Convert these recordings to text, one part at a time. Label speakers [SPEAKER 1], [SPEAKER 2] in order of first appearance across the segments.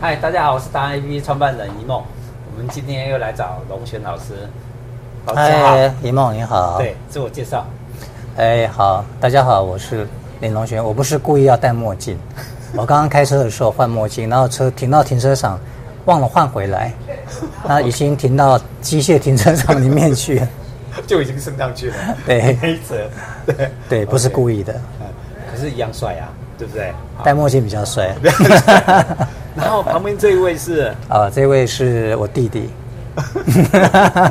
[SPEAKER 1] 嗨，大家好，我是达人 APP 创办人一梦，我们今天又来找龙璇老师。老师好，
[SPEAKER 2] 嗨，一哎梦你好。
[SPEAKER 1] 对，，自我介绍。
[SPEAKER 2] 哎，好，大家好，我是林龙轩。我不是故意要戴墨 镜，我刚刚开车的时候换墨镜，然后车停到停车场，忘了换回来，那已经停到机械停车场里 面去了。
[SPEAKER 1] 就已经升上去了，
[SPEAKER 2] 对
[SPEAKER 1] 黑泽，对
[SPEAKER 2] 对，不是
[SPEAKER 1] OK
[SPEAKER 2] 故意的，
[SPEAKER 1] 嗯可是一样帅啊，对不对？好
[SPEAKER 2] 戴墨镜比较帅。
[SPEAKER 1] 然后旁边这一位是，
[SPEAKER 2] 啊，这位是我 弟弟。
[SPEAKER 3] 是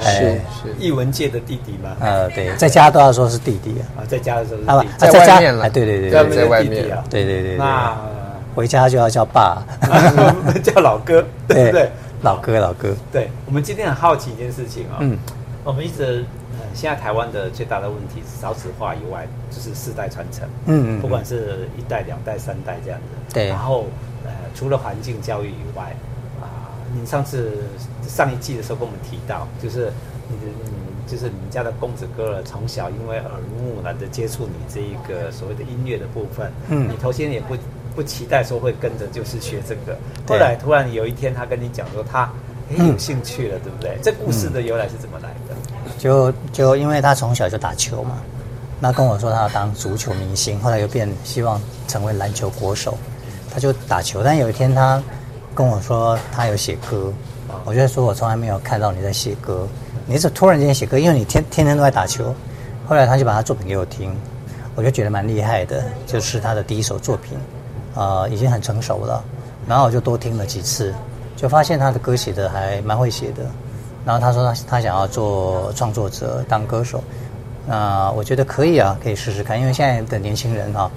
[SPEAKER 2] 哎，
[SPEAKER 3] 是，
[SPEAKER 1] 艺文界的弟弟嘛，
[SPEAKER 2] 呃，对，在家都要说是弟弟啊。
[SPEAKER 1] 啊，在家的时候是
[SPEAKER 2] 啊
[SPEAKER 1] 弟弟
[SPEAKER 2] 啊，
[SPEAKER 3] 在
[SPEAKER 2] 在家
[SPEAKER 3] 外面了
[SPEAKER 2] 哎对对对
[SPEAKER 1] 在
[SPEAKER 3] 在
[SPEAKER 2] 对
[SPEAKER 3] 外
[SPEAKER 1] 面
[SPEAKER 3] 面
[SPEAKER 1] 的弟
[SPEAKER 2] 对，
[SPEAKER 1] 弟啊，
[SPEAKER 2] 对对对
[SPEAKER 1] 那
[SPEAKER 2] 回家就要叫爸。
[SPEAKER 1] 呃叫老哥， 对不对？
[SPEAKER 2] 老哥老哥，
[SPEAKER 1] 对，我们今天很好奇一件事情啊、
[SPEAKER 2] 嗯，
[SPEAKER 1] 我们一直呃，现在台湾的最大的问题，少子化以外，就是世代传承，
[SPEAKER 2] 嗯嗯嗯
[SPEAKER 1] 不管是一代、两代、三代这样子，
[SPEAKER 2] 对
[SPEAKER 1] 然后呃，除了环境教育以外，啊、您上次上一季的时候跟我们提到，就是你的。嗯就是你们家的公子哥儿从小因为耳濡目染的接触你这一个所谓的音乐的部分，
[SPEAKER 2] 嗯
[SPEAKER 1] 你头先也不不期待说会跟着就是学这个，后
[SPEAKER 2] 对
[SPEAKER 1] 来突然有一天他跟你讲说他哎
[SPEAKER 2] 嗯
[SPEAKER 1] 有兴趣了，对不对？这故事的由来是怎么来的？
[SPEAKER 2] 就就因为他从小就打球嘛，那跟我说他要当足球明星，后来又变希望成为篮球国手，他就打球。但有一天他跟我说他有写歌，我就说我从来没有看到你在写歌，你是突然间写歌，因为你天天天都在打球。后来他就把他作品给我听，我就觉得蛮厉害的，就是他的第一首作品，呃，已经很成熟了。然后我就多听了几次，就发现他的歌写的还蛮会写的。然后他说他他想要做创作者，当歌手。那我觉得可以啊，可以试试看，因为现在的年轻人哈、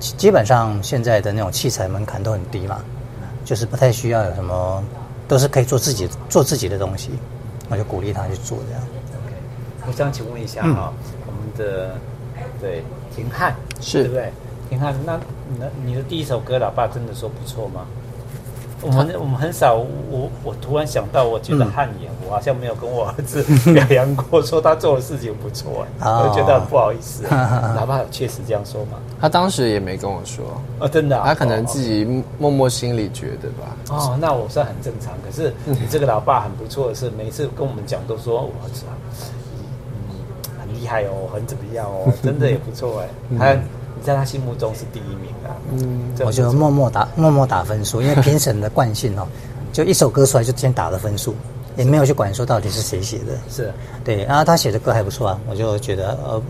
[SPEAKER 2] 基基本上现在的那种器材门槛都很低嘛，就是不太需要有什么，都是可以做自己做自己的东西。我就鼓励他去做这样。
[SPEAKER 1] 我想请问一下哈、我们的对廷汉
[SPEAKER 3] 是
[SPEAKER 1] 对不对？廷汉，那那你的第一首歌《老爸》真的说不错吗？我们我们很少，我我突然想到，我觉得
[SPEAKER 2] 嗯
[SPEAKER 1] 汗颜，我好像没有跟我儿子表扬过，说他做的事情不错，哎、
[SPEAKER 2] 哦
[SPEAKER 1] 我就觉得很不好意思。老爸有确实这样说吗？
[SPEAKER 3] 他当时也没跟我说，
[SPEAKER 1] 哦，真的啊、
[SPEAKER 3] 他可能
[SPEAKER 1] 哦
[SPEAKER 3] 自己默默心里觉得吧。
[SPEAKER 1] 哦，那我算很正常。可是
[SPEAKER 2] 嗯
[SPEAKER 1] 你这个老爸很不错的是，每次跟我们讲都说我操，嗯，很厉害哦，很怎么样 哦，真的也不错哎。他你在他心目中是第一名啊。嗯，这
[SPEAKER 2] 嗯我
[SPEAKER 1] 不错
[SPEAKER 2] 就默默打默默打分数，因为评审的惯性哦，就一首歌出来就先打了分数，也没有去管说到底是谁写的。
[SPEAKER 1] 是
[SPEAKER 2] 对，然后他写的歌还不错啊，我就觉得呃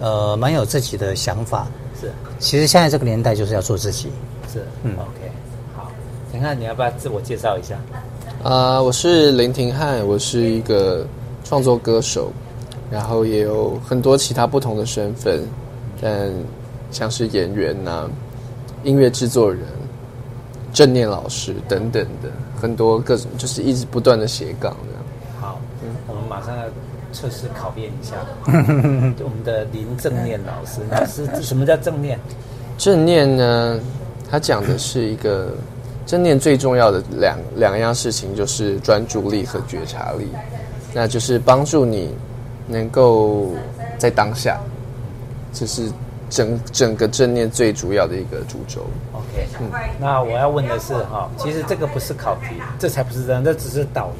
[SPEAKER 2] 呃蛮有自己的想法。
[SPEAKER 1] 是
[SPEAKER 2] 其实现在这个年代就是要做自己。
[SPEAKER 1] 是，嗯
[SPEAKER 2] 嗯
[SPEAKER 1] ，OK，好。你看，你要不要自我介绍一下？
[SPEAKER 3] 呃，我是林廷汉，我是一个创作歌手，然后也有很多其他不同的身份，但像是演员呐、音乐制作人、正念老师等等的，很多各种就是一直不断的斜杠的。
[SPEAKER 1] 好，
[SPEAKER 2] 嗯
[SPEAKER 1] 我们马上要测试考验 一下我们的林正念老师。老师，什么叫正念？
[SPEAKER 3] 正念呢，它讲的是一个正念最重要的两两样事情，就是专注力和觉察力，那就是帮助你能够在当下，这是整整个正念最主要的一个主轴。
[SPEAKER 1] OK，那嗯我要问的是哈，其实这个不是考题，这才不是真的，这只是导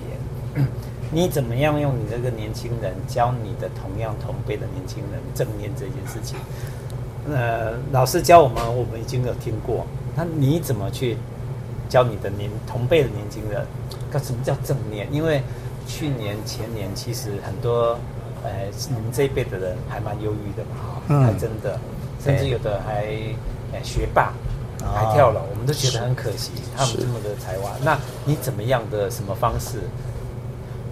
[SPEAKER 1] 言。你怎么样用你这个年轻人教你的同样同辈的年轻人正念这件事情？呃，老师教我们，我们已经有听过，那你怎么去教你的年同辈的年轻人？那什么叫正念？因为去年前年其实很多呃，你们这一辈的人还蛮忧郁的嘛，
[SPEAKER 2] 嗯
[SPEAKER 1] 还真的，甚至
[SPEAKER 2] 对
[SPEAKER 1] 有的还呃学霸。
[SPEAKER 2] 哦
[SPEAKER 1] 还跳楼，我们都觉得很可惜，他们
[SPEAKER 3] 是
[SPEAKER 1] 这么的才华。那你怎么样的什么方式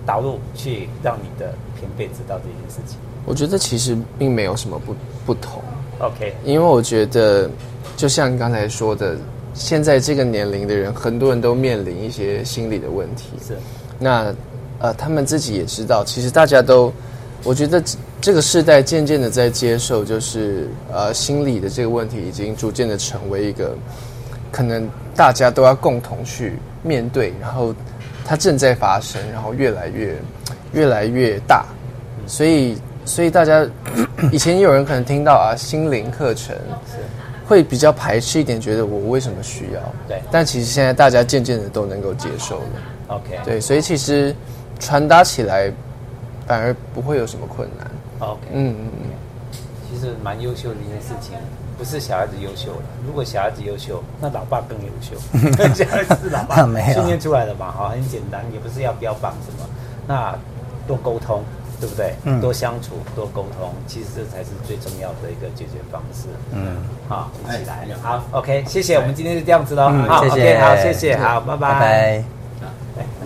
[SPEAKER 1] 导入去让你的平辈知道这件事情
[SPEAKER 3] 我觉得其实并没有什么不不同，
[SPEAKER 1] ？OK，
[SPEAKER 3] 因为我觉得，就像你刚才说的，现在这个年龄的人，很多人都面临一些心理的问题。
[SPEAKER 1] 是
[SPEAKER 3] 那呃，他们自己也知道，其实大家都，我觉得这这个世代渐渐的在接受，就是呃，心理的这个问题已经逐渐的成为一个，可能大家都要共同去面对，然后它正在发生，然后越来越越来越大， 所以所以大家以前也有人可能听到啊，心灵课程，会比较排斥一点，觉得我为什么需要？
[SPEAKER 1] 对
[SPEAKER 3] 但其实现在大家渐渐的都能够接受了，
[SPEAKER 1] ，OK，
[SPEAKER 3] 对，所以其实传达起来反而不会有什么困难。
[SPEAKER 1] ，OK，
[SPEAKER 3] 嗯嗯嗯。
[SPEAKER 1] 其实蛮优秀的一件事情，不是小孩子优秀了。如果小孩子优秀，那老爸更优秀。这样是老爸
[SPEAKER 2] 没有
[SPEAKER 1] 训练出来的嘛？哈，很简单，也不是要标榜什么。那多沟通，对不对？
[SPEAKER 2] 嗯
[SPEAKER 1] 多相处，多沟通，其实这才是最重要的一个解决方式。
[SPEAKER 2] 嗯，哎
[SPEAKER 1] 好，一起来。好，OK，谢谢。我们今天就这样子喽。
[SPEAKER 2] 嗯
[SPEAKER 1] 好
[SPEAKER 2] 谢谢
[SPEAKER 1] ，OK，好，谢谢，好，拜
[SPEAKER 2] 拜拜。
[SPEAKER 1] 拜。